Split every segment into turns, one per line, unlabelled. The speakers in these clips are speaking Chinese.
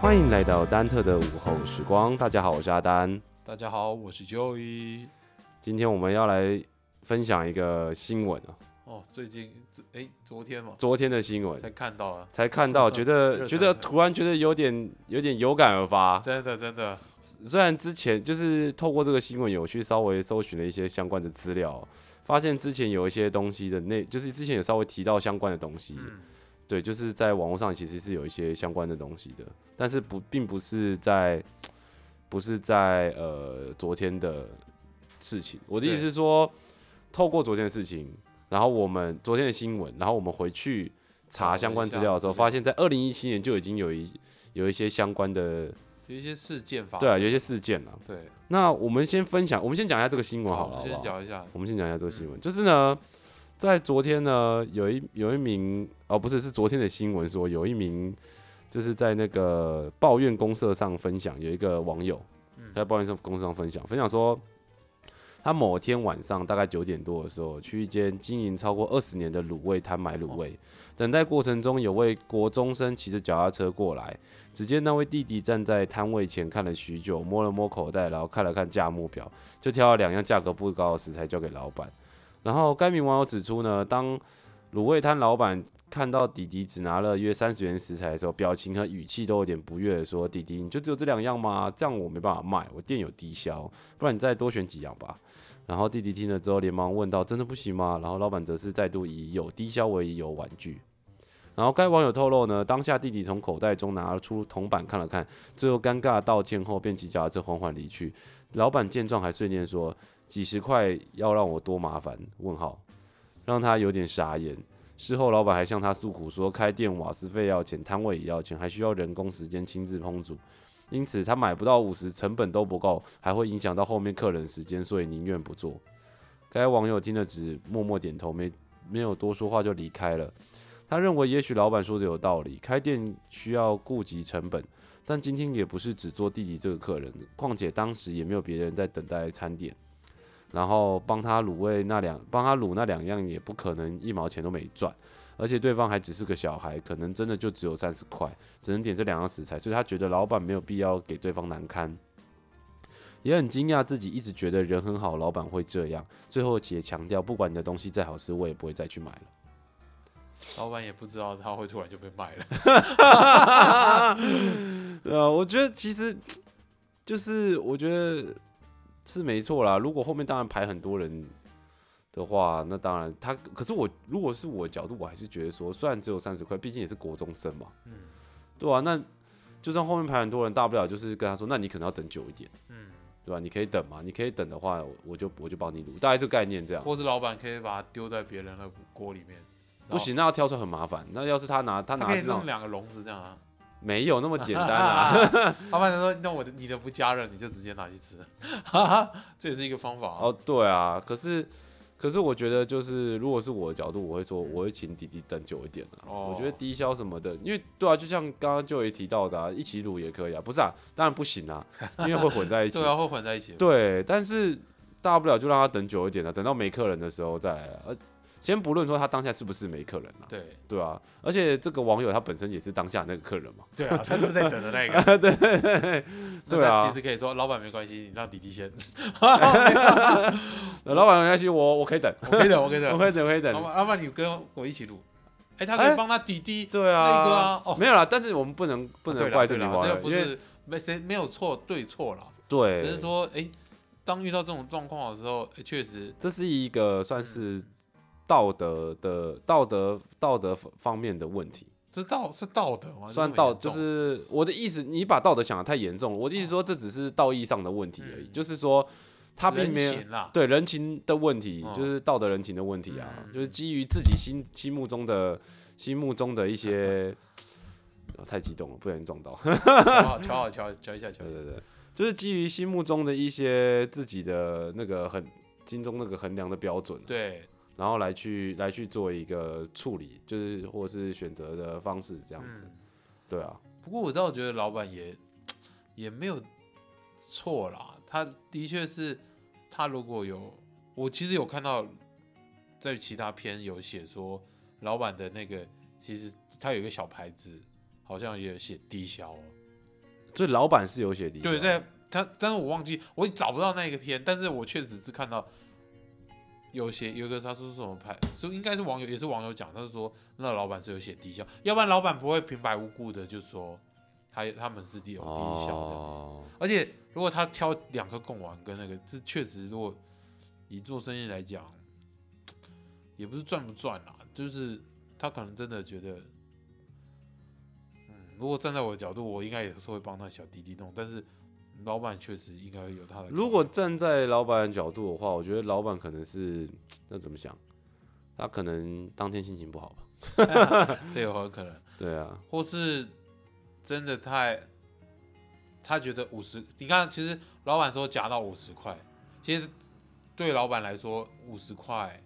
欢迎来到丹特的午后时光。大家好，我是阿丹。
大家好，我是 Joey。
今天我们要来分享一个新闻啊，
哦，最近这哎、昨天嘛
昨天的新闻
才看到啊，
才看到，觉得
热
觉
腾
得
腾
突然觉得有点有点有感而发。
真的真的，
虽然之前就是透过这个新闻有去稍微搜寻了一些相关的资料，发现之前有一些东西的内，就是之前有稍微提到相关的东西，
嗯，
对，就是在网络上其实是有一些相关的东西的，但是不并不是在不是在呃昨天的事情。我的意思
对
是说，透过昨天的事情，然后我们昨天的新闻，然后我们回去查
查
相
了一
关资
下
料的时候，
资料
发现在二零一七年就已经有一有一些相关的
有一些事件发生，
对啊，有一些事件了。
对，
那我们先分享，我们先讲一下这个新闻好了，
我
好
们
不
先
好？
讲一下，
我们先讲一下这个新闻，就是呢，在昨天呢，有一有一名哦，不是，是昨天的新闻说有一名就是在那个抱怨公社上分享，有一个网友在抱怨上公社上分享，分享说他某天晚上大概九点多的时候，去一间经营超过二十年的卤味摊买卤味，等待过程中有位国中生骑着脚踏车过来，只见那位弟弟站在摊位前看了许久，摸了摸口袋，然后看了看价目表，就挑了两样价格不高的食材交给老板。然后该名网友指出呢，当卤味摊老板看到弟弟只拿了约三十元食材的时候，表情和语气都有点不悦，说：“弟弟，你就只有这两样吗？这样我没办法卖，我店有低消，不然你再多选几样吧。”然后弟弟听了之后，连忙问道：“真的不行吗？”然后老板则是再度以有低消为由婉拒。然后该网友透露呢，当下弟弟从口袋中拿出铜板看了看，最后尴尬道歉后便骑脚踏车缓缓离去。老板见状还碎念说：“几十块要让我多麻烦？”问号，让他有点傻眼。事后，老板还向他诉苦说，开店瓦斯费要钱，摊位也要钱，还需要人工时间亲自烹煮，因此他买不到五十，成本都不够，还会影响到后面客人时间，所以宁愿不做。该网友听了只默默点头，没没有多说话就离开了。他认为也许老板说的有道理，开店需要顾及成本，但今天也不是只做弟弟这个客人，况且当时也没有别人在等待餐点，然后帮他卤味那两帮他卤那两样也不可能一毛钱都没赚，而且对方还只是个小孩，可能真的就只有三十块，只能点这两样食材，所以他觉得老板没有必要给对方难堪。也很惊讶，自己一直觉得人很好，老板会这样。最后也强调，不管你的东西再好吃，我也不会再去买了。
老板也不知道他会突然就被卖了，
呃，我觉得其实就是我觉得是没错啦。如果后面当然排很多人的话，那当然他可是我如果是我的角度，我还是觉得说，虽然只有三十块，毕竟也是国中生嘛，嗯，对啊，那就算后面排很多人，大不了就是跟他说，那你可能要等久一点，
嗯，
对吧、你可以等嘛，你可以等的话，我我就我就帮你卤，大概这个概念这样。
或是老板可以把它丢在别人的锅里面，
不行，那要挑出来很麻烦。那要是他拿他
然后，
拿
他可以
那
弄
种
两个笼子这样啊，
没有那么简单啊。
老板就说那我的你的不加热，你就直接拿去吃， 哈哈，这也是一个方法啊，
哦，对啊，可是可是我觉得就是，如果是我的角度，我会说我会请弟弟等久一点了、
嗯哦
我觉得低消什么的，因为对啊，就像刚刚就也提到的、啊，一起卤也可以啊，不是啊，当然不行 啊，因为会混在一起。
对啊，会混在一起，
对，但是大不了就让他等久一点了、啊等到没客人的时候再来啊、呃，先不论说他当下是不是没客人啊，
对
对啊，而且这个网友他本身也是当下那个客人嘛，
对啊，他就是在等的那个。
对对对
那
对
他
啊
其，实可以说，老板没关系，你让弟弟先，
呃老板没关系，我我可以等，
我可以的，我可以的
我。可以等，我可以等，
哦啊老板，老板，你跟我一起录。哎，他可
哎
以帮他弟弟
对
那个啊，哦，啊
没有啦，但是我们不能不能
对啦
怪这
对
女
啦
网
这
友
个，不
因为
是没谁没有错对错了，
对，
只是说，哎，当遇到这种状况的时候，哎确实，
这是一个算是道德的道德道德方面的问题，
这道是道德吗？
算
哦这么
道
严
就
重
是我的意思，你把道德想的太严重了，我的意思说这只是道义上的问题而已，
嗯
就是说他并
人
没有。
情啦，
对人情的问题，
嗯
就是道德人情的问题啊，
嗯
就是基于自己心心目中的心目中的一 些，哦太激动了，不小心撞到。
瞧好瞧好啊瞧瞧一下瞧
对
一下，
对对，就是基于心目中的一些自己的那个衡心中那个衡量的标准，
对，
然后来去来去做一个处理，就是或者是选择的方式这样子。
嗯。
对啊，
不过我倒觉得老板也也没有错啦，他的确是他如果有，我其实有看到在其他篇有写说，老板的那个其实他有一个小牌子，好像也有写低消哦、
所以老板是有写低消，
对，在他，但是我忘记，我也找不到那个片，但是我确实是看到有些有一个他说是什么拍，是应该是网友也是网友讲，他是说那老板是有写低消，要不然老板不会平白无故的就说他他们是有低消的。
哦，
而且如果他挑两颗贡丸跟那个，这确实如果以做生意来讲，也不是赚不赚啦，就是他可能真的觉得，嗯，如果站在我的角度，我应该也是会帮他小弟弟弄，但是老板确实应该有他的考量。
如果站在老板的角度的话，我觉得老板可能是那怎么想？他可能当天心情不好吧？
这有很可能，
对啊，
或是真的太，他觉得五十，你看，其实老板说夹到五十块，其实对老板来说，五十块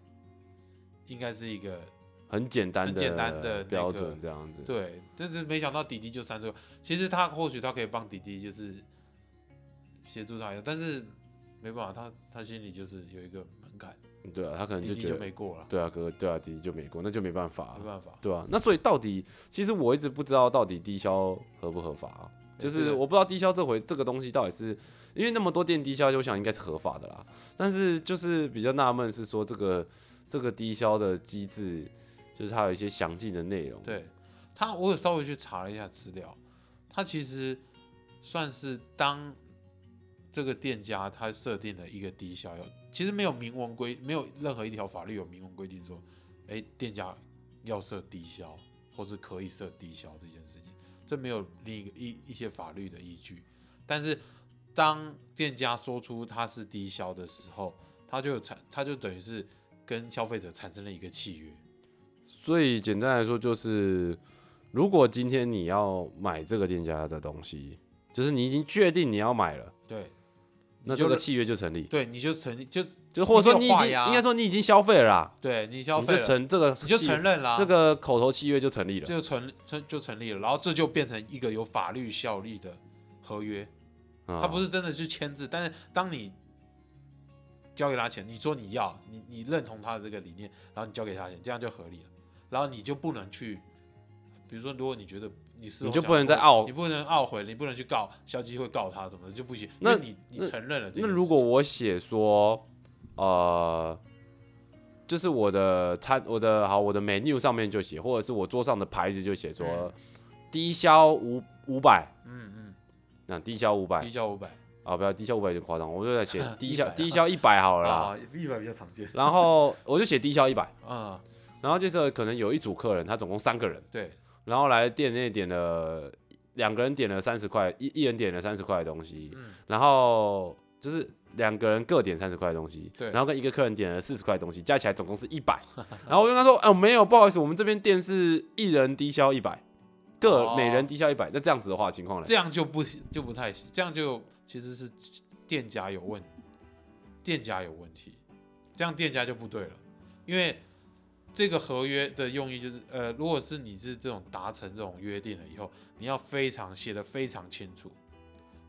应该是一个
很简单的
很简单的那个
标准这样子。
对，但是没想到弟弟就三十块。其实他或许他可以帮弟弟，就是协助他一下，但是没办法，他他心里就是有一个门槛，
对啊，他可能
弟
就
弟
觉
就
得
没过了，
对啊，哥哥对啊，弟弟就没过，那就没办法啊、
没办法。
对啊，那所以到底，其实我一直不知道到底低消合不合法、啊，就
对
是
这个
我不知道低消这回这个东西到底是因为那么多店低消，我想应该是合法的啦。但是就是比较纳闷是说这个这个低消的机制，就是它有一些详尽的内容。，
对他，我有稍微去查了一下资料，他其实算是当这个店家他设定了一个低消要，其实没有明文规，没有任何一条法律有明文规定说，哎，店家要设低消或是可以设低消这件事情，这没有另一个一一些法律的依据。但是当店家说出他是低消的时候，他就产，他就等于是跟消费者产生了一个契约。
所以简单来说就是，如果今天你要买这个店家的东西，就是你已经确定你要买了，
对，
那
你就
这个契约就成立，
对，你就承就
就或者说你已
没有画
经
押
应该说你已经消费了啦，
对你消
你
费
就
了，
承这个
你就
契
承认啦、
这个口头契约就成立了。
啊就成成就成立了，然后这就变成一个有法律效力的合约，
他
他不是真的去签字，但是当你交给他钱，你说你要，你你认同他的这个理念，然后你交给他钱，这样就合理了，然后你就不能去，比如说，如果你觉得你是
你就不能再懊
你不能懊悔，你不能去告消基会告他什么的就不行，因
那
为你你承认了这
那
件事情，
如果我写说，呃，就是我的餐，我的好，我的 menu 上面就写，或者是我桌上的牌子就写说、
嗯
低消五五百，
嗯
那低消五
嗯，低
百
消五百
啊，不要低消五百有点夸张，我就在 写低
100
消
啊
低消一百好了啦，
啊，一百比较常见，
然后我就写低消一百，
嗯，
然后接着可能有一组客人，他总共三个人，
对，
然后来店内点了两个人点了三十块，一一人点了三十块的东西，
嗯
然后就是两个人各点三十块的东西，
对
然后跟一个客人点了四十块的东西，加起来总共是一 百。然后我就跟他说，哦、没有，不好意思，我们这边店是一人低消一百，各、
哦
每人低消一百。那这样子的话，情况呢？
这样就不就不太行，这样就其实是店家有问，店家有问题，这样店家就不对了，因为这个合约的用意就是，呃，如果是你是这种达成这种约定了以后，你要非常写的非常清楚，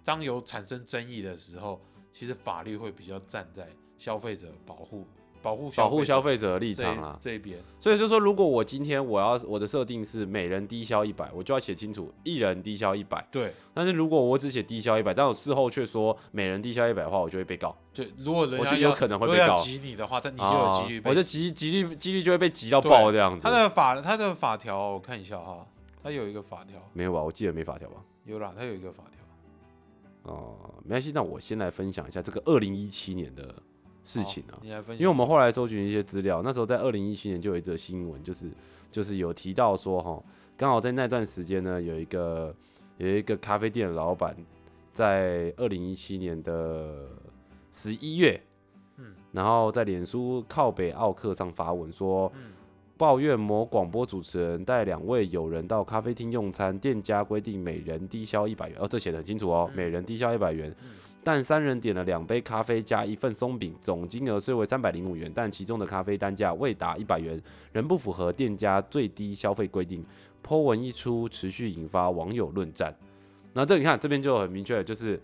当有产生争议的时候，其实法律会比较站在消费者保护保护
保护消
费
费者的立
者啊
场啦，
这一这一边，
所以就说，如果我今天我要我的设定是每人低消一百，我就要写清楚一人低消一百。
对
但是如果我只写低消一百，但我事后却说每人低消一百的话，我就会被告，
对，如果人
我
家
就
要
有可能会
如果
被
要
告
挤你的话，但你就有几率被
啊我就几几率几率就会被挤到
对
爆这样子
他。的法，他的法条我看一下哈，他有一个法条，
没有吧？我记得没法条吧？
有啦，他有一个法条
哦、没关系，那我先来分享一下这个二零一七年的事情啊
好，哦你来分享，
因为我们后来搜集一些资料，那时候在二零一七年就有一则新闻，就是就是有提到说哈，刚好在那段时间呢，有一个有一个咖啡店的老板在二零一七年的十一月，
嗯
然后在脸书靠北奥克上发文说，
嗯
抱怨某广播主持人带两位友人到咖啡厅用餐，店家规定每人低消一百元，哦，这写的很清楚哦，
嗯
每人低消一百元
嗯。
但三人点了两杯咖啡加一份松饼，总金额虽为三百零五元，但其中的咖啡单价未达一百元，仍不符合店家最低消费规定。Po 文一出，持续引发网友论战。那这你看这边就很明确，就是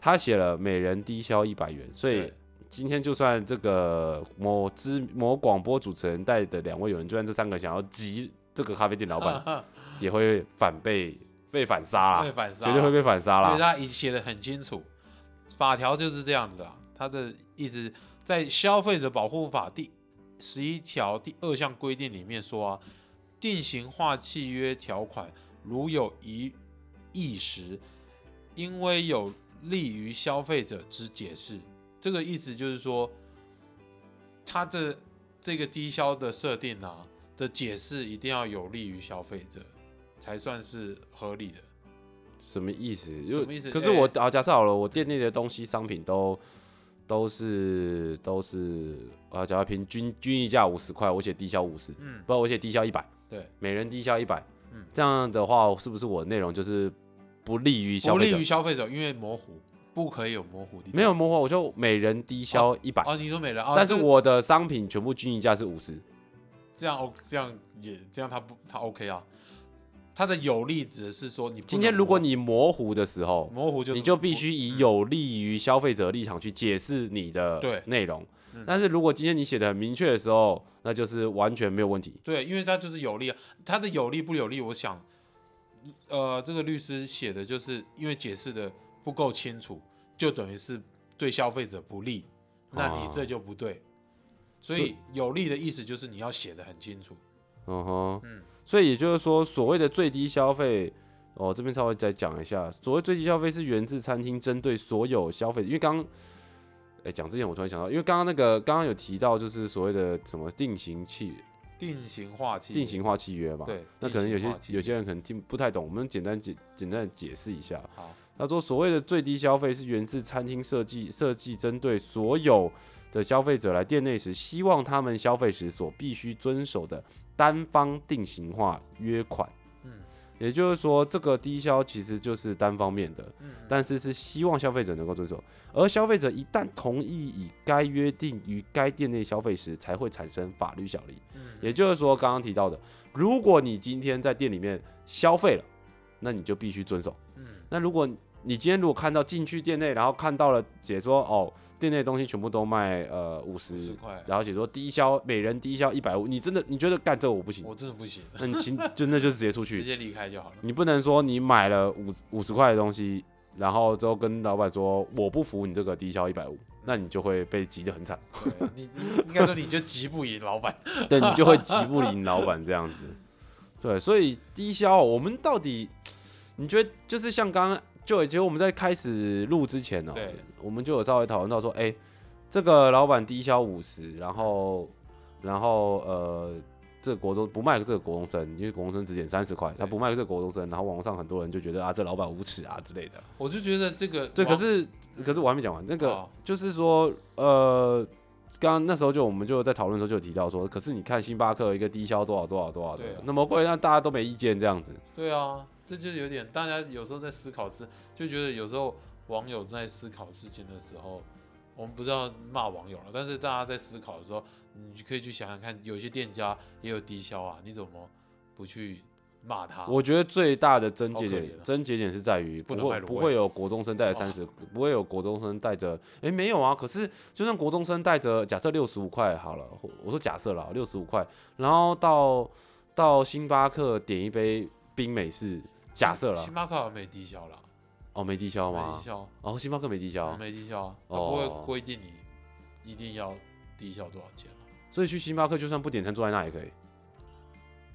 他写了每人低消一百元，所以
对
今天就算这个某知某广播主持人 带的两位友人，就算这三个想要急这个咖啡店老板，也会反被被反杀
会
啦，
反杀，
绝对会被反杀
因为
啦。
他已写的很清楚，法条就是这样子啦。他的一直在《消费者保护法》第十一条第二项规定里面说啊，定型化契约条款如有疑义时，因为有利于消费者之解释。这个意思就是说，他的这个低消的设定啊的解释一定要有利于消费者，才算是合理的。
什么意思？
什么意思哎
可是我啊，假设好了，我店内的东西商品都都是都是啊，假如平均均一价五十块，我写低消五十，
嗯，
不，我写低消一百，
对，
每人低消一百。
嗯
这样的话，是不是我的内容就是不利于消
不
费
利
者
于？消费者，因为模糊，不可以有模糊地带。
没有模糊，我就每人低消一百、
哦，你说没了啊？
但是
这
我的商品全部均一价是五十。
这样 O 这样也这样，他不他 OK 啊？他的有利指的是说你不能
今天如果
模
你模糊的时候
糊，模糊就
你就必须以有利于消费者立场去解释你
对
的内容
嗯。
但是如果今天你写的很明确的时候，那就是完全没有问题。
对，因为他就是有利啊，他的有利不有利，我想，呃，这个律师写的就是因为解释的不够清楚，就等于是对消费者不利，那你
哦
这就不对。所
所
以
以
有利的意思就是你要写的很清楚，
嗯哼，
嗯
所以也就是说，所谓的最低消费，哦，这边稍微再讲一下，所谓最低消费是源自餐厅针对所有消费者，因为刚刚，哎、讲之前我突然想到，因为刚刚那个刚刚有提到，就是所谓的什么定型契
定型化契约，
定型化契约嘛，
对，
那可能有
定
些
型化契约
有些人可能听不太懂，我们简单解简单的解释一下。
好，
他说，所谓的最低消费是源自餐厅设计设计针对所有的消费者来店内时，希望他们消费时所必须遵守的单方定型化约款。
嗯
也就是说，这个低消其实就是单方面的，
嗯，嗯
但是是希望消费者能够遵守。而消费者一旦同意以该约定于该店内消费时，才会产生法律效力。
嗯
也就是说，刚刚提到的，如果你今天在店里面消费了，那你就必须遵守。
嗯
那如果你今天如果看到进去店内，然后看到了解说哦，店内东西全部都卖呃五
五十
十，
块，啊
然后解说低消每人低消一百五，你真的你觉得干这个我不行，
我真的不行，
那你请真的就是直接出
直
去，
接离开就好了。
你不能说你买了五五十块的东西，然后之后跟老板说我不服你这个低消一百五，那你就会被急得很惨，
对你你应该说你就急不赢老板，
对你就会急不赢老板这样子。对，所以低消我们到底，你觉得就是像刚刚就其实我们在开始录之前呢、哦
对
我们就有稍微讨论到说，哎、这个老板低消五十，然后然后呃，这个国中不卖这个国中生，因为国中生只减三十块，他不卖这个国中生，然后网上很多人就觉得啊，这老板无耻啊之类的。
我就觉得这个
对，可
网
是可是我还没讲完，那个
好
就是说，呃，刚刚那时候就我们就在讨论的时候就有提到说，可是你看星巴克一个低消多少多少多少的
对啊，
那么贵，那大家都没意见这样子。
对啊，这就有点大家有时候在思考之，就觉得有时候网友在思考事情的时候，我们不知道骂网友了，但是大家在思考的时候，你可以去想想看，有些店家也有低消啊，你怎么不去骂他？
我觉得最大的症结
啊好可
点
怜啊，
症结点是在于
不
不
能卖
会
卤
不
味
会有国中生带着
哇
三十，不会有国中生带着，哎，没有啊。可是就算国中生带着，假设六十五块好了，我我说假设啦，六十五块，然后到到星巴克点一杯冰美式，假设啦
星，巴克好像没低消啦，
哦，没低消
没
吗
低？消，
哦，星巴克没低消，
没低消啊，他不
哦
会规定你一定要低消多少钱啊
所以去星巴克就算不点餐坐在那也可以，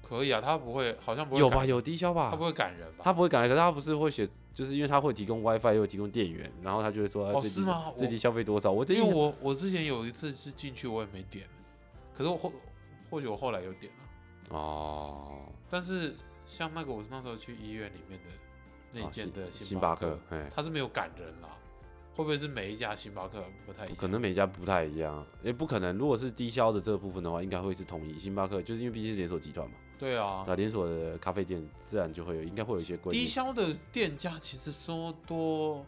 可以啊，他不会，好像不会
有
赶
吧？？有低消
他
吧
不？会赶人吧？
啊他不会赶来，可是他不是会写，就是因为他会提供 WiFi，又提供电源，然后他就会说，
哦
哎最
是
低
吗
最
我
低消费多少？我这
因
印
为
象
我我之前有一次是进去我也没点，可是我后或许我后来有点了，
哦，
但是像那个我是那时候去医院里面的那
哦
间
星
的
星
巴
巴克，，哎，
它是没有赶人啦，会不会是每一家星巴克不太一
不
样？
可能每家不太一样，也不可能。如果是低消的这部分的话，应该会是统一星巴克，就是因为毕竟是连锁集团嘛，
对啊，
那连锁的咖啡店自然就会有，应该会有一些规
低
定。
消的店家其实说多，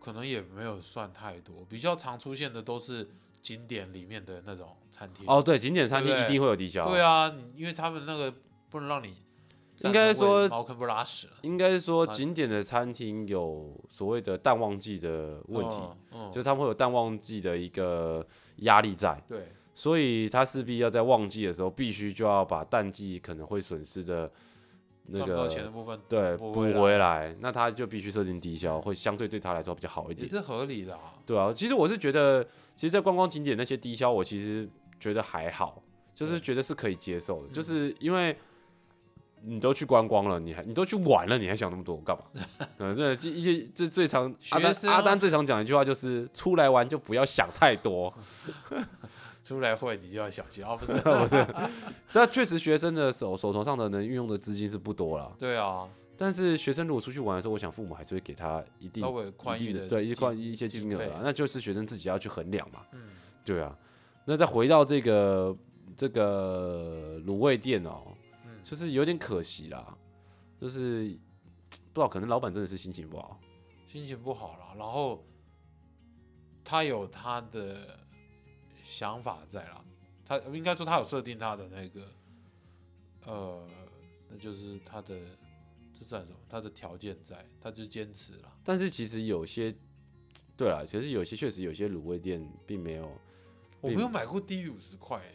可能也没有算太多，比较常出现的都是景点里面的那种餐厅。
哦，对，景点餐厅
对不对
一定会有低消，
对啊，你因为他们那个不能让你
应该说
茅坑不拉屎了
应该是说
啊
景点的餐厅有所谓的淡旺季的问题，
嗯，嗯
就他们会有淡旺季的一个压力在，
对，
所以他势必要在旺季的时候，必须就要把淡季可能会损失的那
赚不到
个
钱的部分啊
对啊
补
补
回来
回来，那他就必须设定低消，会相对对他来说比较好一
也
点。
是合理的、啊。
对啊，其实我是觉得，其实，在观光景点那些低消，我其实觉得还好，就是觉得是可以接受的，
嗯
就是因为你都去观光了，你还你都去玩了，你还想那么多 干嘛？嗯，这这一些这最常阿丹
学生啊
阿丹最常讲一句话就是，出来玩就不要想太多。
出来会你就要小心哦，不是？
那确实，学生的手手头上的能运用的资金是不多了，
对啊，
但是学生如果出去玩的时候，我想父母还是会给他一定
稍微宽
一
裕
定的
的
对一
金
块一些金额
费
啊，那就是学生自己要去衡量嘛。
嗯，
对啊，那再回到这个这个卤味店哦、
嗯
就是有点可惜啦，就是不知道可能老板真的是心情不好，
心情不好了，然后他有他的想法在啦，他应该说他有设定他的那个，呃，那就是他的这算什么？他的条件在，他就坚持了。
但是其实有些对啦，其实有些确实有些卤味店并没有，
我
并
没有买过低于五十块欸、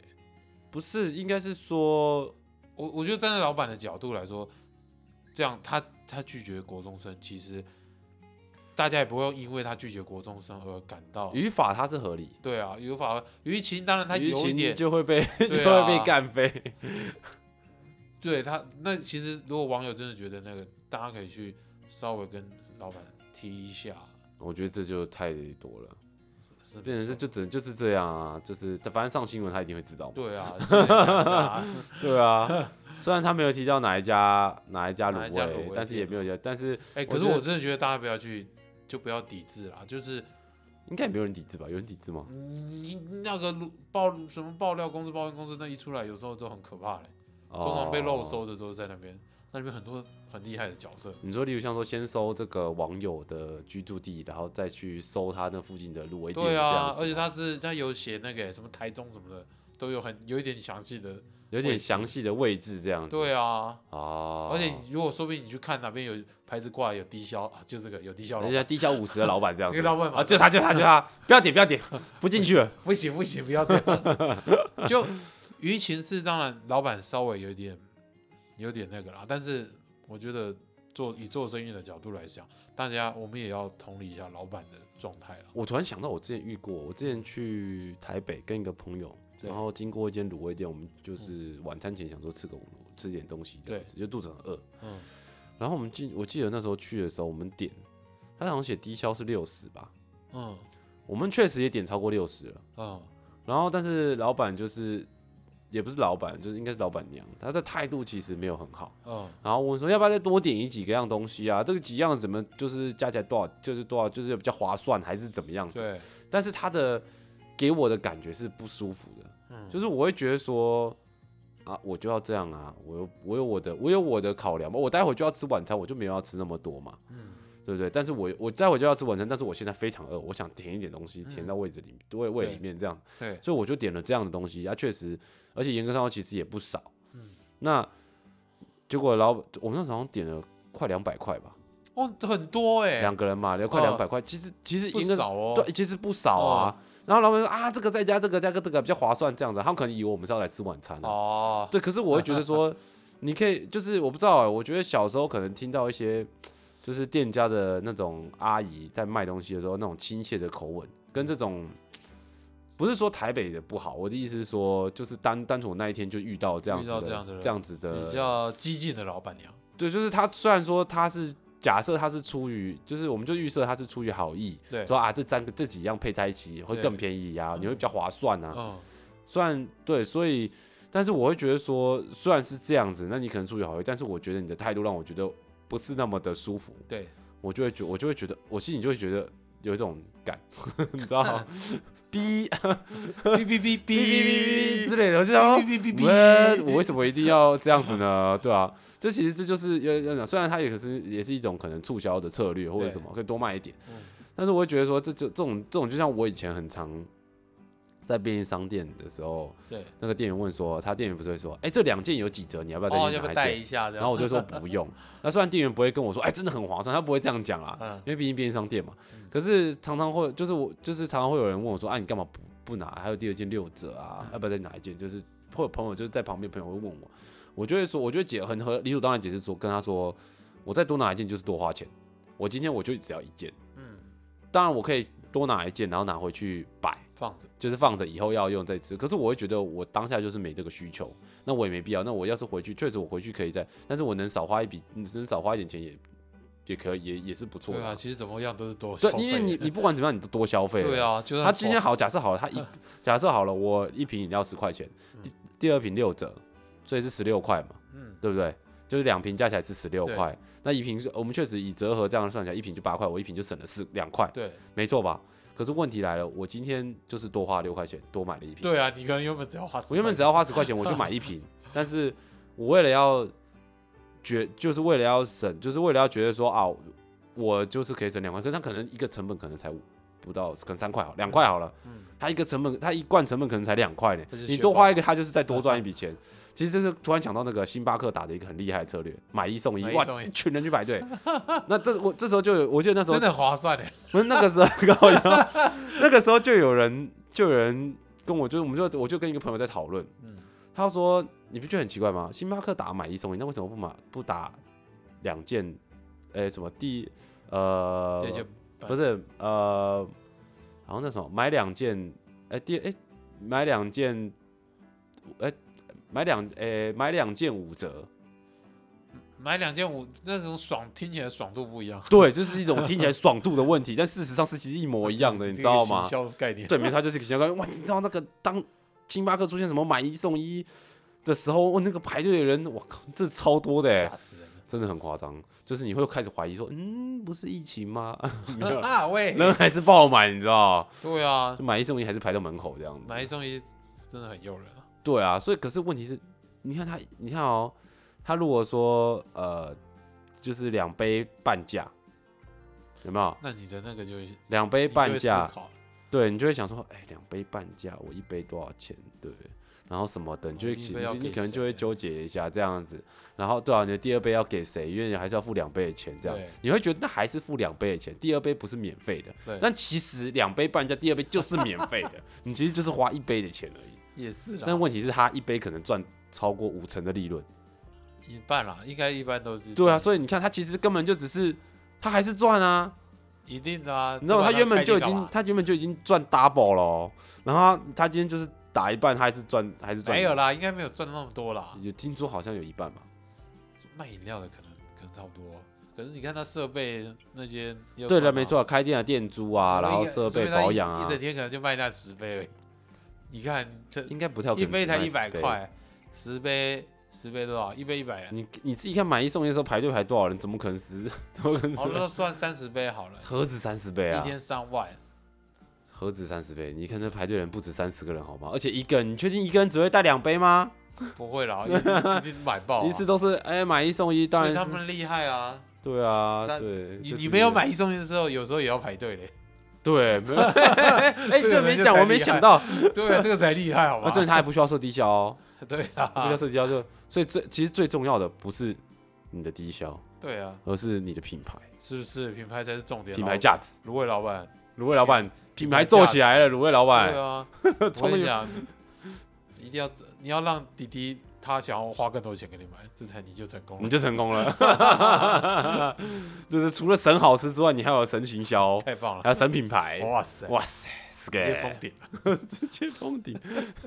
不是应该是说
我我觉得站在老板的角度来说，这样他他拒绝国中生，其实大家也不会因为他拒绝国中生而感到。
语哦法它是合理，
对啊，有法于其当然他
舆
有一
情
点
就会被、 就
对
会
啊
被干飞，
对他，那其实如果网友真的觉得那个，大家可以去稍微跟老板提一下，
我觉得这就太多了，
是
变成
没
是
错
就只能就是这样啊，就是反正上新闻他一定会知道嘛。
对啊，真的很尴尬啊
对 啊，虽然他没有提到哪一家哪一家卤
哪一家卤
味
味，
但是也
店
没有讲，但是
哎、
我
可是
觉得
我真的觉得大家不要去，就不要抵制啦，就是
应该也没有人抵制吧？有人抵制吗？
你那个路爆什么爆料公司、报怨公司那一出来，有时候都很可怕嘞、通常被漏
哦。
收的都是在那边，那里面很多很厉害的角色，
你说，例如像说，先搜这个网友的居住地，然后再去搜他那附近的卤味店，
对
这样
啊，
子
而且他是他有写那个、什么台中什么的，都有很有一点详细的，
有
位
点
置
详细的位置这样子。
对啊。
哦，
而且如果说不定你去看哪边有牌子挂有低消啊，就这个有低消了
人，家低消五十的老板这样
那个
子
老板
哎啊，就他就他就他，不要点不要点，不进去了。
不行不行，不要这样。 就舆情是当然，老板稍微有一点有点那个啦，但是我觉得做以做生意的角度来讲，大家我们也要同理一下老板的状态啦。
我突然想到，我之前遇过，我之前去台北跟一个朋友，
对嗯
然后经过一间卤味店，我们就是晚餐前想说吃个卤吃点东西这样子，就肚子很饿。
嗯，
然后我们记，我记得那时候去的时候，我们点，他好像写低消是六十吧，
嗯
我们确实也点超过六十了。
嗯，
然后但是老板就是。也不是老板，就是应该是老板娘，她的态度其实没有很好。
嗯，
然后问说要不要再多点一几个样东西啊？这个几样怎么就是加起来多少，就是多少，就是比较划算还是怎么样子？
对，
但是他的给我的感觉是不舒服的，
嗯
就是我会觉得说啊，我就要这样啊，我有我有我的我有我的考量嘛，我待会就要吃晚餐，我就没有要吃那么多嘛，
嗯
对不对？但是我我待会就要吃晚餐，但是我现在非常饿，我想填一点东西，
嗯
填到位置里胃胃里面这样，
对，
所以我就点了这样的东西，啊，确实，而且严格上说其实也不少，
嗯
那结果老我们那时候好像点了快两百块吧，
哦，很多哎、
两个人嘛，快
哦
两百块，其实其实
不
应该
少哦。
对，其实不少啊。然后老板说啊，这个再加这个加个这个比较划算，这样子，他们可能以为我们是要来吃晚餐的、
哦，
对，可是我会觉得说， 你可以就是我不知道哎、我觉得小时候可能听到一些就是店家的那种阿姨在卖东西的时候那种亲切的口吻，跟这种。不是说台北的不好，我的意思是说，就是单单纯我那一天就遇到这样
遇
子
到
的
这样的人
这样子的
比较激进的老板娘。
对，就是他虽然说他是假设他是出于，就是我们就预设他是出于好意，
对
说啊这三个这几样配在一起会
对
更便宜呀、
嗯
你会比较划算啊。
嗯，
虽然对，所以但是我会觉得说，虽然是这样子，那你可能出于好意，但是我觉得你的态度让我觉得不是那么的舒服，
对，
我就会觉我就会觉得我心里就会觉得有一种感， 你知道 吗？ 逼
哔
哔
哔哔哔
哔哔哔之
哔哔
类的，我就想说
哔哔哔
我
哔，
我为什么一定要这样子 呢？对啊，这其实这就是要要讲，虽然它也可是也是一种可能促销的策略或者
对
什么，可以多卖一点
嗯。
但是我会觉得说，这就这种这种，就像我以前很常在便利商店的时候，
对，
那个店员问说，他店员不是会说，哎，这两件有几折，你要不要再
哦，
去
要不
拿
要
一
带
件？
一下？这
然
样
后我就说不用。那虽然店员不会跟我说，哎，真的很划算，他不会这样讲啦，
嗯
因为毕竟便利商店嘛
嗯。
可是常常会，就是我，就是常常会有人问我说，啊，你干嘛
嗯
不不拿？还有第二件六折啊，要不要再拿一件？就是会有朋友就是在旁边朋友会问我，我就会说，我就会解很合理所当然解释说，跟他说，我再多拿一件就是多花钱，我今天我就只要一件，
嗯，
当然我可以多拿一件，然后拿回去摆，
放着，
就是放着以后要用再吃。可是我会觉得我当下就是没这个需求，那我也没必要。那我要是回去，确实我回去可以再，但是我能少花一笔，能少花一点钱也也可以，也也是不错
对
的
啊，
啊。
其实怎么样都是多
对
消，费
因为 你你不管怎么样，你都多消费了。
对啊，就算
他今天
好
好，假设好了，他一
嗯
假设好了，我一瓶饮料十块钱，第第二瓶六折，所以是十六块嘛，
嗯
对不对？就是两瓶加起来是十六
对
块，那一瓶是我们确实以折合这样算起来，一瓶就八块，我一瓶就省了四两块，
对
没错吧？可是问题来了，我今天就是多花六块钱，多买了一瓶。
对啊，你可能原本只要花10块钱，
我原本只要花十块钱，我就买一瓶，但是我为了要觉，就是为了要省，就是为了要觉得说啊，我就是可以省两块，可是他可能一个成本可能才五不到，可能三块好，两块好了，他一个成本，他一罐成本可能才两块呢
这嗯是，
你
血
多
本
花一个，他就是再多 赚一笔钱。其实这是突然想到那个星巴克打的一个很厉害的策略，买一送一，
买一
哇，
送一
一群人去排队。那这我这时候就有，我记得那时候
真的划算的，
不是那个时候 高腰，那个时候就有人就有人跟我就我们就我就跟一个朋友在讨论，
嗯
他说你不觉得很奇怪吗？星巴克打买一送一，那为什么不买不打两件？哎、什么第呃
这就
不是呃，好像那什么买两件，哎、第哎、买两件，哎、买两哎、买两件五折，
买两件五，那种爽听起来爽度不一样，
对，这是一种听起来爽度的问题，但事实上是其实一模一 样的，你知道吗？
销概念，
对，没错，它就是一个形象概念。哇，你知道那个当星巴克出现什么买一送一的时候，哇，那个排队的人，我靠，这超多的欸
吓，死人
真的很夸张。就是你会开始怀疑说，嗯，不是疫情 吗？ 没有
了
啦，
啊喂，
人还是爆满，你知道？
对啊
就，买一送一还是排到门口这样子。
买一送一真的很诱人啊，
对啊，所以可是问题是，你看他，你看哦，他如果说呃，就是两杯半价，有没有？
那你的那个就
两杯半价
你就会，思考
对你就会想说，哎、两杯半价，我一杯多少钱？对，然后什么的，你就会
哦一
你
杯
就
要
你
给
可能就会
谁
纠结一下这样子。然后对啊，你的第二杯要给谁？因为你还是要付两倍的钱，这样
对
你会觉得那还是付两杯的钱，第二杯不是免费的。
对
但其实两杯半价，第二杯就是免费 的，你其实就是花一杯的钱而已。
也是啦，
但问题是，他一杯可能赚超过五成的利润。
一半啦，应该一般都是
对啊，
这样，
所以你看，他其实根本就只是他还是赚啊。
一定的啊，
你知道吗？
不
他
然
原本就已
开店干
经
嘛
他原本就已经赚 double 了哦、然后他他今天就是打一半，他还是赚还是赚
没有啦，应该没有赚那么多啦，
有听说好像有一半吧？
卖饮料的可能可能差不多，可是你看他设备那些，
对了，没，错，开店的店租啊，然后设备
啊所以他一
保养
一
啊
整，天可能就卖那十杯而已，你看这
应该不太有可
一
能
杯才
卖
一
十
百。块，十杯十杯多少？一杯一百，
你你自己看买一送一的时候排队排多少人？怎么可能十？怎么可能
好，
十？
那算三十杯好了，
何止三十倍
一
啊！
天上万，
何止三十倍？你看这排队人不止三十个人好吗？而且一个人，你确定一个人只会带两杯吗？
不会啦，一定一 定买爆啊，
一次都是哎、买一送一，当
所以
然
他
是
们厉害啊，
对啊，
但
对。
你
就是
你没有买一送一的时候，有时候也要排 队嘞，
对，没有。 哎，
这
这
个人
没
就
讲，
太
我没
厉害
想到。
对啊，这个才厉害好
那
吧？
重点他还不需要设低消哦，
对
他不需
啊
要，设低消就，所以最其实最重要的不是你的低消，
对啊，
而是你的品牌、
是不是品牌才是重点？
品牌，价值。
芦苇老板，
卤味老板品
牌
牌
价值
做起来了，卤味老
对
板，
啊，我
终
跟
于
你讲，一定要你要让弟弟他想要花更多钱给你买，这才你就成功
你
了，
就成功了。 就是除了省好吃之外，你还有省行销，
太棒了，
还有省品牌。
哦 哇塞，
哎哇塞，是
直接封
个欸
顶了，
直接封顶，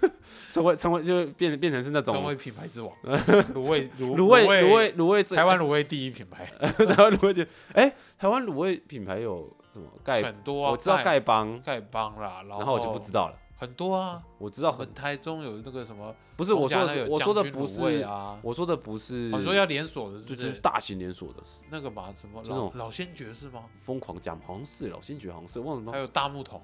成为成为就变成变成是那
成为
种
品 牌之王，芦苇芦
卤味
芦
卤味卤味最
台湾卤味第一品牌
台湾卤味店，哎，台湾卤味品牌有什么盖
很多啊，
我知道
丐
丐帮，
丐帮啦，然
然后我就不知
道
道了。
很多啊，
我知
我
道很
们台中有那个什么，
不是我
红
说
甲
的
那
是
有
我说的
将军
不
卤味
是
啊，
我说的不是，
哦你说要连锁的，
就是
不
就是
是
大型连锁的
那个嘛，什么
这
老
种
老仙爵是吗？
疯狂加盟，好像是老先觉，好像是忘了
还
吗
有大木桶，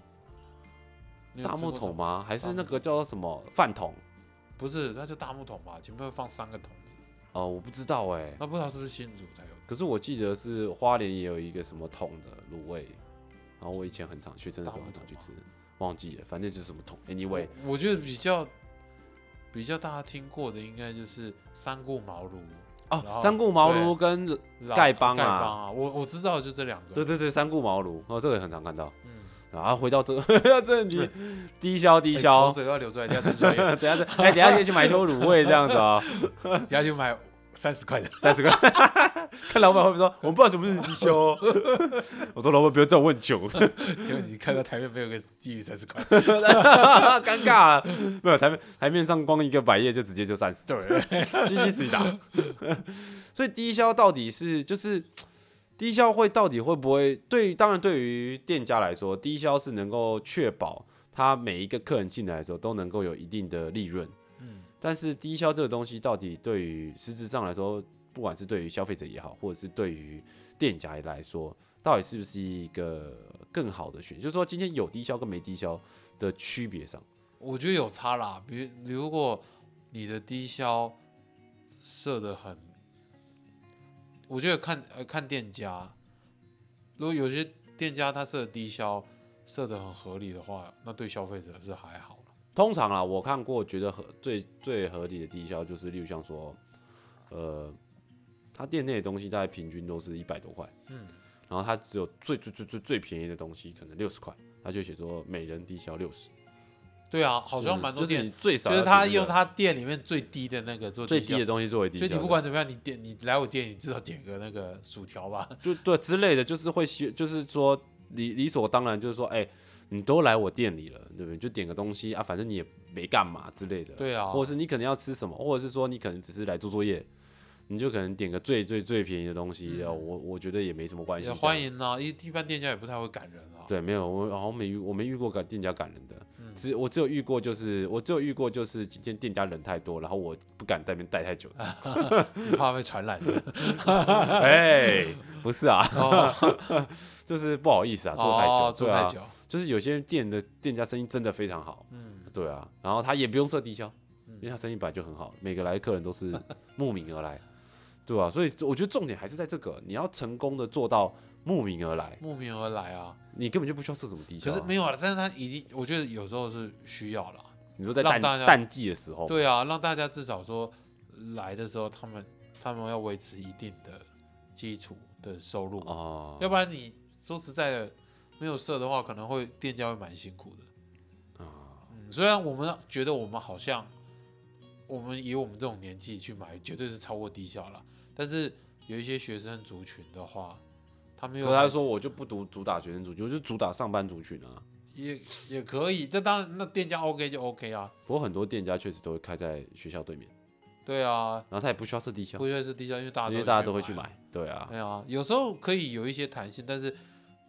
你有
大
吃
木
过
桶
吗？
吗？还
大
是
木
那个叫什么饭桶？
不是，那就大木桶吧，前面会放三个桶子，
哦，我不知道哎，
那不知道是不是新竹才有。
可是我记得是花莲也有一个什么桶的卤味，然后我以前很常去，真的是
大木
很常
桶
去
吗
吃，忘记了，反正就是什么桶，anyway，
我我觉得比较比较大家听过的，应该就是三顾茅庐、然
哦，
后
三顾茅
对
庐跟
老
丐帮啊
丐帮啊，我我知道的就这两个。
对对对三顾茅庐哦，这个也很常看到。
嗯，
啊，回到正回到正题，低消低
哎
消
口，水都要流 出来，等一下吃宵 夜，
等下再哎，等下可以去买一桌卤味这样子 啊，
等一下就买三十块的。
三十 块，看老板会不会说我们不知道什么是低消 哦，我说老板不要这样问穷，
结果你看到台面没有个基于三十 块，
尴尬了，没有台面台面上光一个百叶就直接就三十，
对，
嘻嘻自己打， 所以低消到底是就是。低消会到底会不会对于？当然，对于店家来说，低消是能够确保他每一个客人进来的时候都能够有一定的利润。
嗯，
但是低消这个东西到底对于实质上来说，不管是对于消费者也好，或者是对于店家来说，到底是不是一个更好的选？就是说，今天有低消跟没低消的区别上，
我觉得有差啦。比如如果你的低消设的很，我觉得看呃看店家，如果有些店家他设的低消设的很合理的话，那对消费者是还好啦
通常啦，我看过觉得合最最合理的低消就是，例如像说，呃，他店内的东西大概平均都是一百多块，
嗯，
然后他只有最最最最最便宜的东西可能六十块，他就写说每人低消六十，
对啊，好像蛮多
就是
店
你最少
就是
要
他
平均
用
的
他店里面最低的那个做
最
低消
低的东西作为低消
所
的，
以你不管怎么样，你点你来我店，你至少点个那个薯条吧。
就对之类的，就是会希，就是说理理所当然，就是说，哎、你都来我店里了，对不对？就点个东西啊，反正你也没干嘛之类的，、
对啊，
或者是你可能要吃什么，或者是说你可能只是来做作业，你就可能点个最最最便宜的东西，
嗯
哦我我觉得也没什么关系，
啊也欢。迎啦，一一般店家也不太会赶人啊。
对，没有，我好像没遇，我没遇过感店家感人的，
嗯
只我只有遇过，就是我只有遇过，就是今天店家人太多，然后我不敢在那边待 太久。
你怕被 传染。
哎，不是啊，
哦，
就是不好意思啊，坐太久，
哦坐
对啊
太久，
就是有些店的店家生意真的非常好，
嗯，
对啊，然后他也不用设低消，
嗯
因为他生意本来就很好，每个来的客人都是慕名而来， 对啊，所以我觉得重点还是在这个，你要成功的做到慕名而来，
慕名而来啊。
你根本就不需要设什么低消
可
啊、
是没有啊，但是他一定，我觉得有时候是需要啦。
你说在
让
淡
大家
淡季的时候，
对啊，让大家至少说来的时候，他们他们要维持一定的基础的收入，
哦，
要不然你说实在的，没有设的话，可能会店家会蛮辛苦的。
哦
嗯，虽然我们觉得我们好像，我们以我们这种年纪去买，绝对是超过低效了。但是有一些学生族群的话，他
可
们又
是他
还
说我就不读主打学生族群，我就主打上班族群啊。
也也可以，但当然那店家 OK 就 OK 啊，
不过很多店家确实都会开在学校对面，
对啊，
然后他也不需要设低消
不，会是低效，因为大家
因为
都
大家都会去
买。
买，对啊，
对啊，有时候可以有一些弹性，但是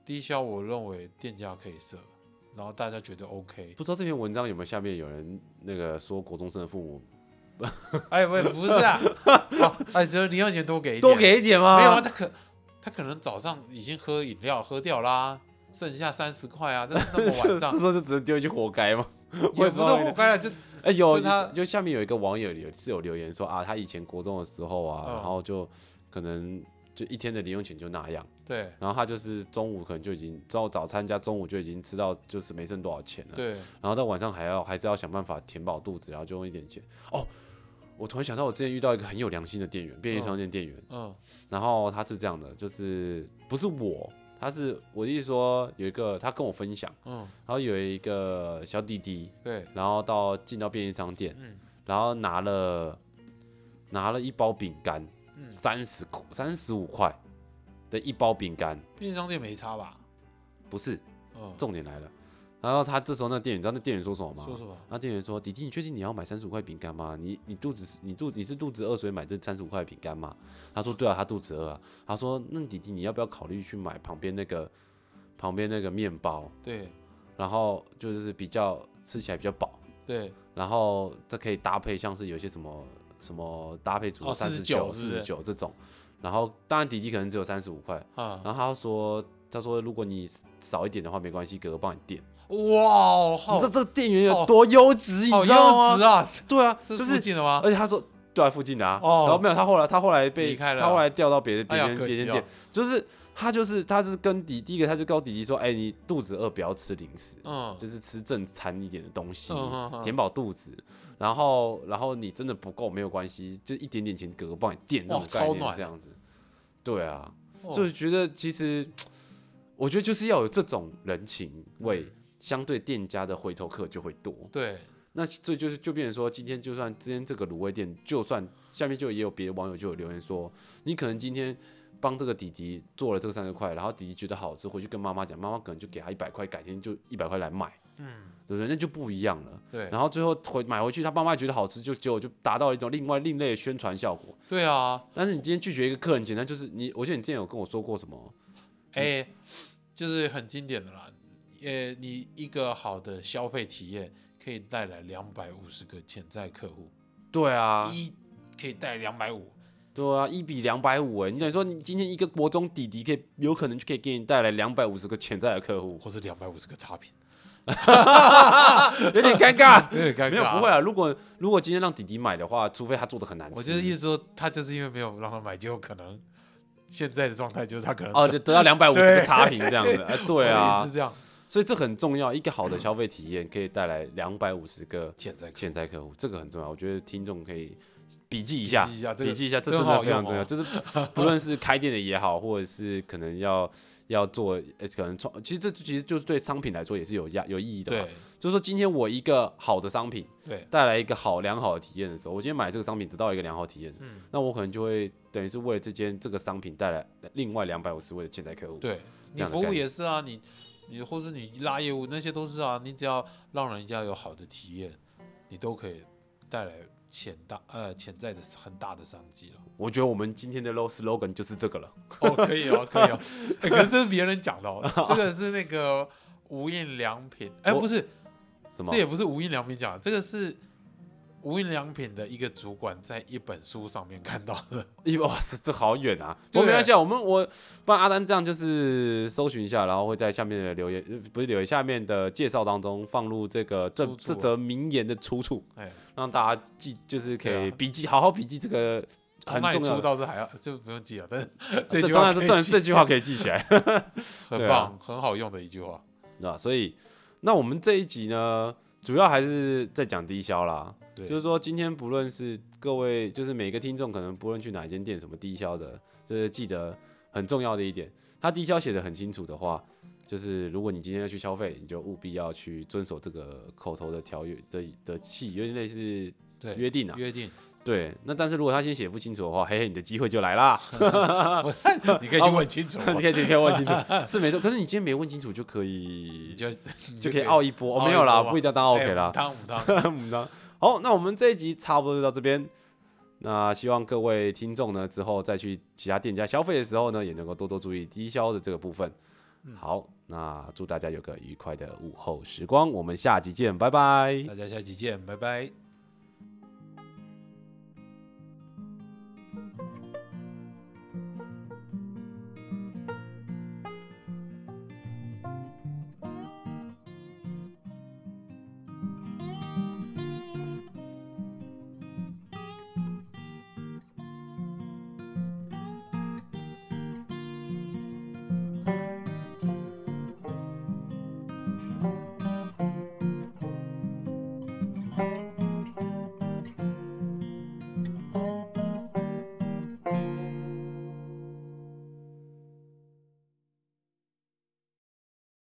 低消我认为店家可以设，然后大家觉得 OK。
不知道这篇文章有没有下面有人那个说国中生的父母
哎，喂，不是 啊，哦哎，只有零用钱多给一点，
多给一点吗？
没有啊，他可他可能早上已经喝饮料喝掉啦，剩下三十块啊，但是那么晚 上
这时候就只能丢一句活该嘛。我
也
也
不
不
是
知道
活该啊了，就
哎、有
就是他
就下面有一个网友有是有留言说啊，他以前国中的时候啊，
嗯
然后就可能就一天的零用钱就那样，
对
然后他就是中午可能就已经早早餐加中午就已经吃到就是没剩多少钱了，
对，
然后到晚上还要还是要想办法填饱肚子，然后就用一点钱哦。我突然想到，我之前遇到一个很有良心的店员，便利商店店员，
嗯
然后他是这样的，就是不是我，他是我的意思说有一个他跟我分享，
嗯
然后有一个小弟弟，
对，
然后到进到便利商店，
嗯
然后拿了拿了一包饼干，
嗯，
三十三十五块的一包饼干，
便利商店没差吧？
不是
嗯，
重点来了。然后他这时候那店员，你知道那店员说什么啊吗？
说什么？
那店员说：“弟弟，你确定你要买三十五块饼干吗？你你肚子你肚你是肚子饿所以买这三十五块饼干吗？”他说：“对啊，他肚子饿啊。”他说：“那弟弟你要不要考虑去买旁边那个旁边那个面包，
对
然后就是比较吃起来比较饱，
对，
然后这可以搭配像是有些什么什么搭配组合
哦
三十九、
49是
四
不是
十九这种，然后当然弟弟可能只有三十五块，
啊、
然后他说他说如果你少一点的话没关系，哥哥帮你垫。
哇，
你
好
知道这个店员有
好
多优质，你
好
知道
哦优质
吗？
啊，
对啊，
是
就
附
是
近的吗？
而且他说就在附近的啊，
哦
然后没有他后来他后来被
离开了
他后来调到别的别
哎呀，
间
可
别间
惜
店
哦，，
就是他就是他就是跟弟第一个他就告弟弟说，哎，你肚子饿不要吃零食，
嗯
就是吃正餐一点的东西
嗯嗯，嗯
填饱肚子。然后然后你真的不够没有关系，就一点点钱哥哥帮你垫这
哇
种概
超
念
暖
这样子，对啊，
哦
所以觉得其实。我觉得就是要有这种人情
嗯
味，相对店家的回头客就会多。
对，
那所以就是就变成说，今天就算今天这个卤味店，就算下面就也有别的网友就有留言说，你可能今天帮这个弟弟做了这个三十块，然后弟弟觉得好吃，回去跟妈妈讲，妈妈可能就给他一百块，改天就一百块来买，嗯，对不对？那就不一样了。
对，
然后最后回买回去，他爸妈觉得好吃，就结果就达到一种另外另类的宣传效果。
对啊，
但是你今天拒绝一个客人，简单就是你，我记得你之前有跟我说过什么，
哎、
嗯
就是很经典的啦。呃，你一个好的消费体验可以带来两百五十个潜在客户，
对啊，
一可以带两百五，
对啊，一比两百五哎，你等于说你今天一个国中弟弟可以有可能就可以给你带来两百五十个潜在的客户，
或是两百五十个差评，
有点尴尬。
有点尴
没有不会，啊，如果如果今天让弟弟买的话，除非他做的很难吃，
我就是意思说，他就是因为没有让他买，就有可能现在的状态就是他可能
哦，就得到两百五十个
对
差评这样子，哎对啊
是，这样
所以这很重要，一个好的消费体验可以带来两百五十个
潜在客户
潜在客户，这个很重要，我觉得听众可以笔记一下
笔记一下，这个
笔记一下，这
真
真
好
的非常
用
重
哦
要。就是不论是开店的也好，或者是可能要要做，呃，可能创，其实这其实就是对商品来说也是有压有意义的嘛。
对
就是说，今天我一个好的商品
对
带来一个好良好的体验的时候，我今天买这个商品得到一个良好体验，那我可能就会等于是为了这间这个商品带来另外两百五十位的潜在客户。
对，
这
你
样的
服
概
务
念
也是啊，你你或是你拉业务那些都是啊，你只要让人家有好的体验，你都可以带来潜大呃潜在的很大的商机了。
我觉得我们今天的 low slogan 就是这个了。
哦，可以哦，可以哦， 哎可是这是别人讲的哦， 这个是那个无印良品，哎，
我
不是，
什么
这？也不是无印良品讲的，这个是无印良品的一个主管在一本书上面看到的。
一哇塞，这好远啊！不
对
过没关系啊，我们我帮阿丹这样就是搜寻一下，然后会在下面的留言，呃不是留言下面的介绍当中放入这个这
出处
这
啊
则名言的出处，
哎，
让大家记，就是可
对
以
啊
笔记，好好笔记这个很
卖
重要
出
的。啊
倒是还要就不用记了，但是
这
这句
重
话
要
可
是
以
这
记
这句话可以记起来，
很
对啊
棒，很好用的一句话。
对吧？所以那我们这一集呢，主要还是在讲低消啦。
对
就是说，今天不论是各位，就是每个听众，可能不论去哪一间店，什么低消的，就是记得很重要的一点，他低消写的很清楚的话，就是如果你今天要去消费，你就务必要去遵守这个口头的条约的的契，有点类似
对，
约 定啊。
约定，
对，那但是如果他先写不清楚的话，嘿嘿，你的机会就来 啦，
你可以去问清楚嘛，
你可以你可以问清楚，是没错。可是你今天没问清楚就可以
你。就你
就可以
傲
傲一波，
凹
哦，
一
没有啦，
波啊
不一定要当 OK 啦。
汤五汤，
嗯那好，那我们这一集差不多就到这边。那希望各位听众呢，之后再去其他店家消费的时候呢，也能够多多注意低消的这个部分。好，那祝大家有个愉快的午后时光，我们下集见，拜拜。
大家下期见，拜拜。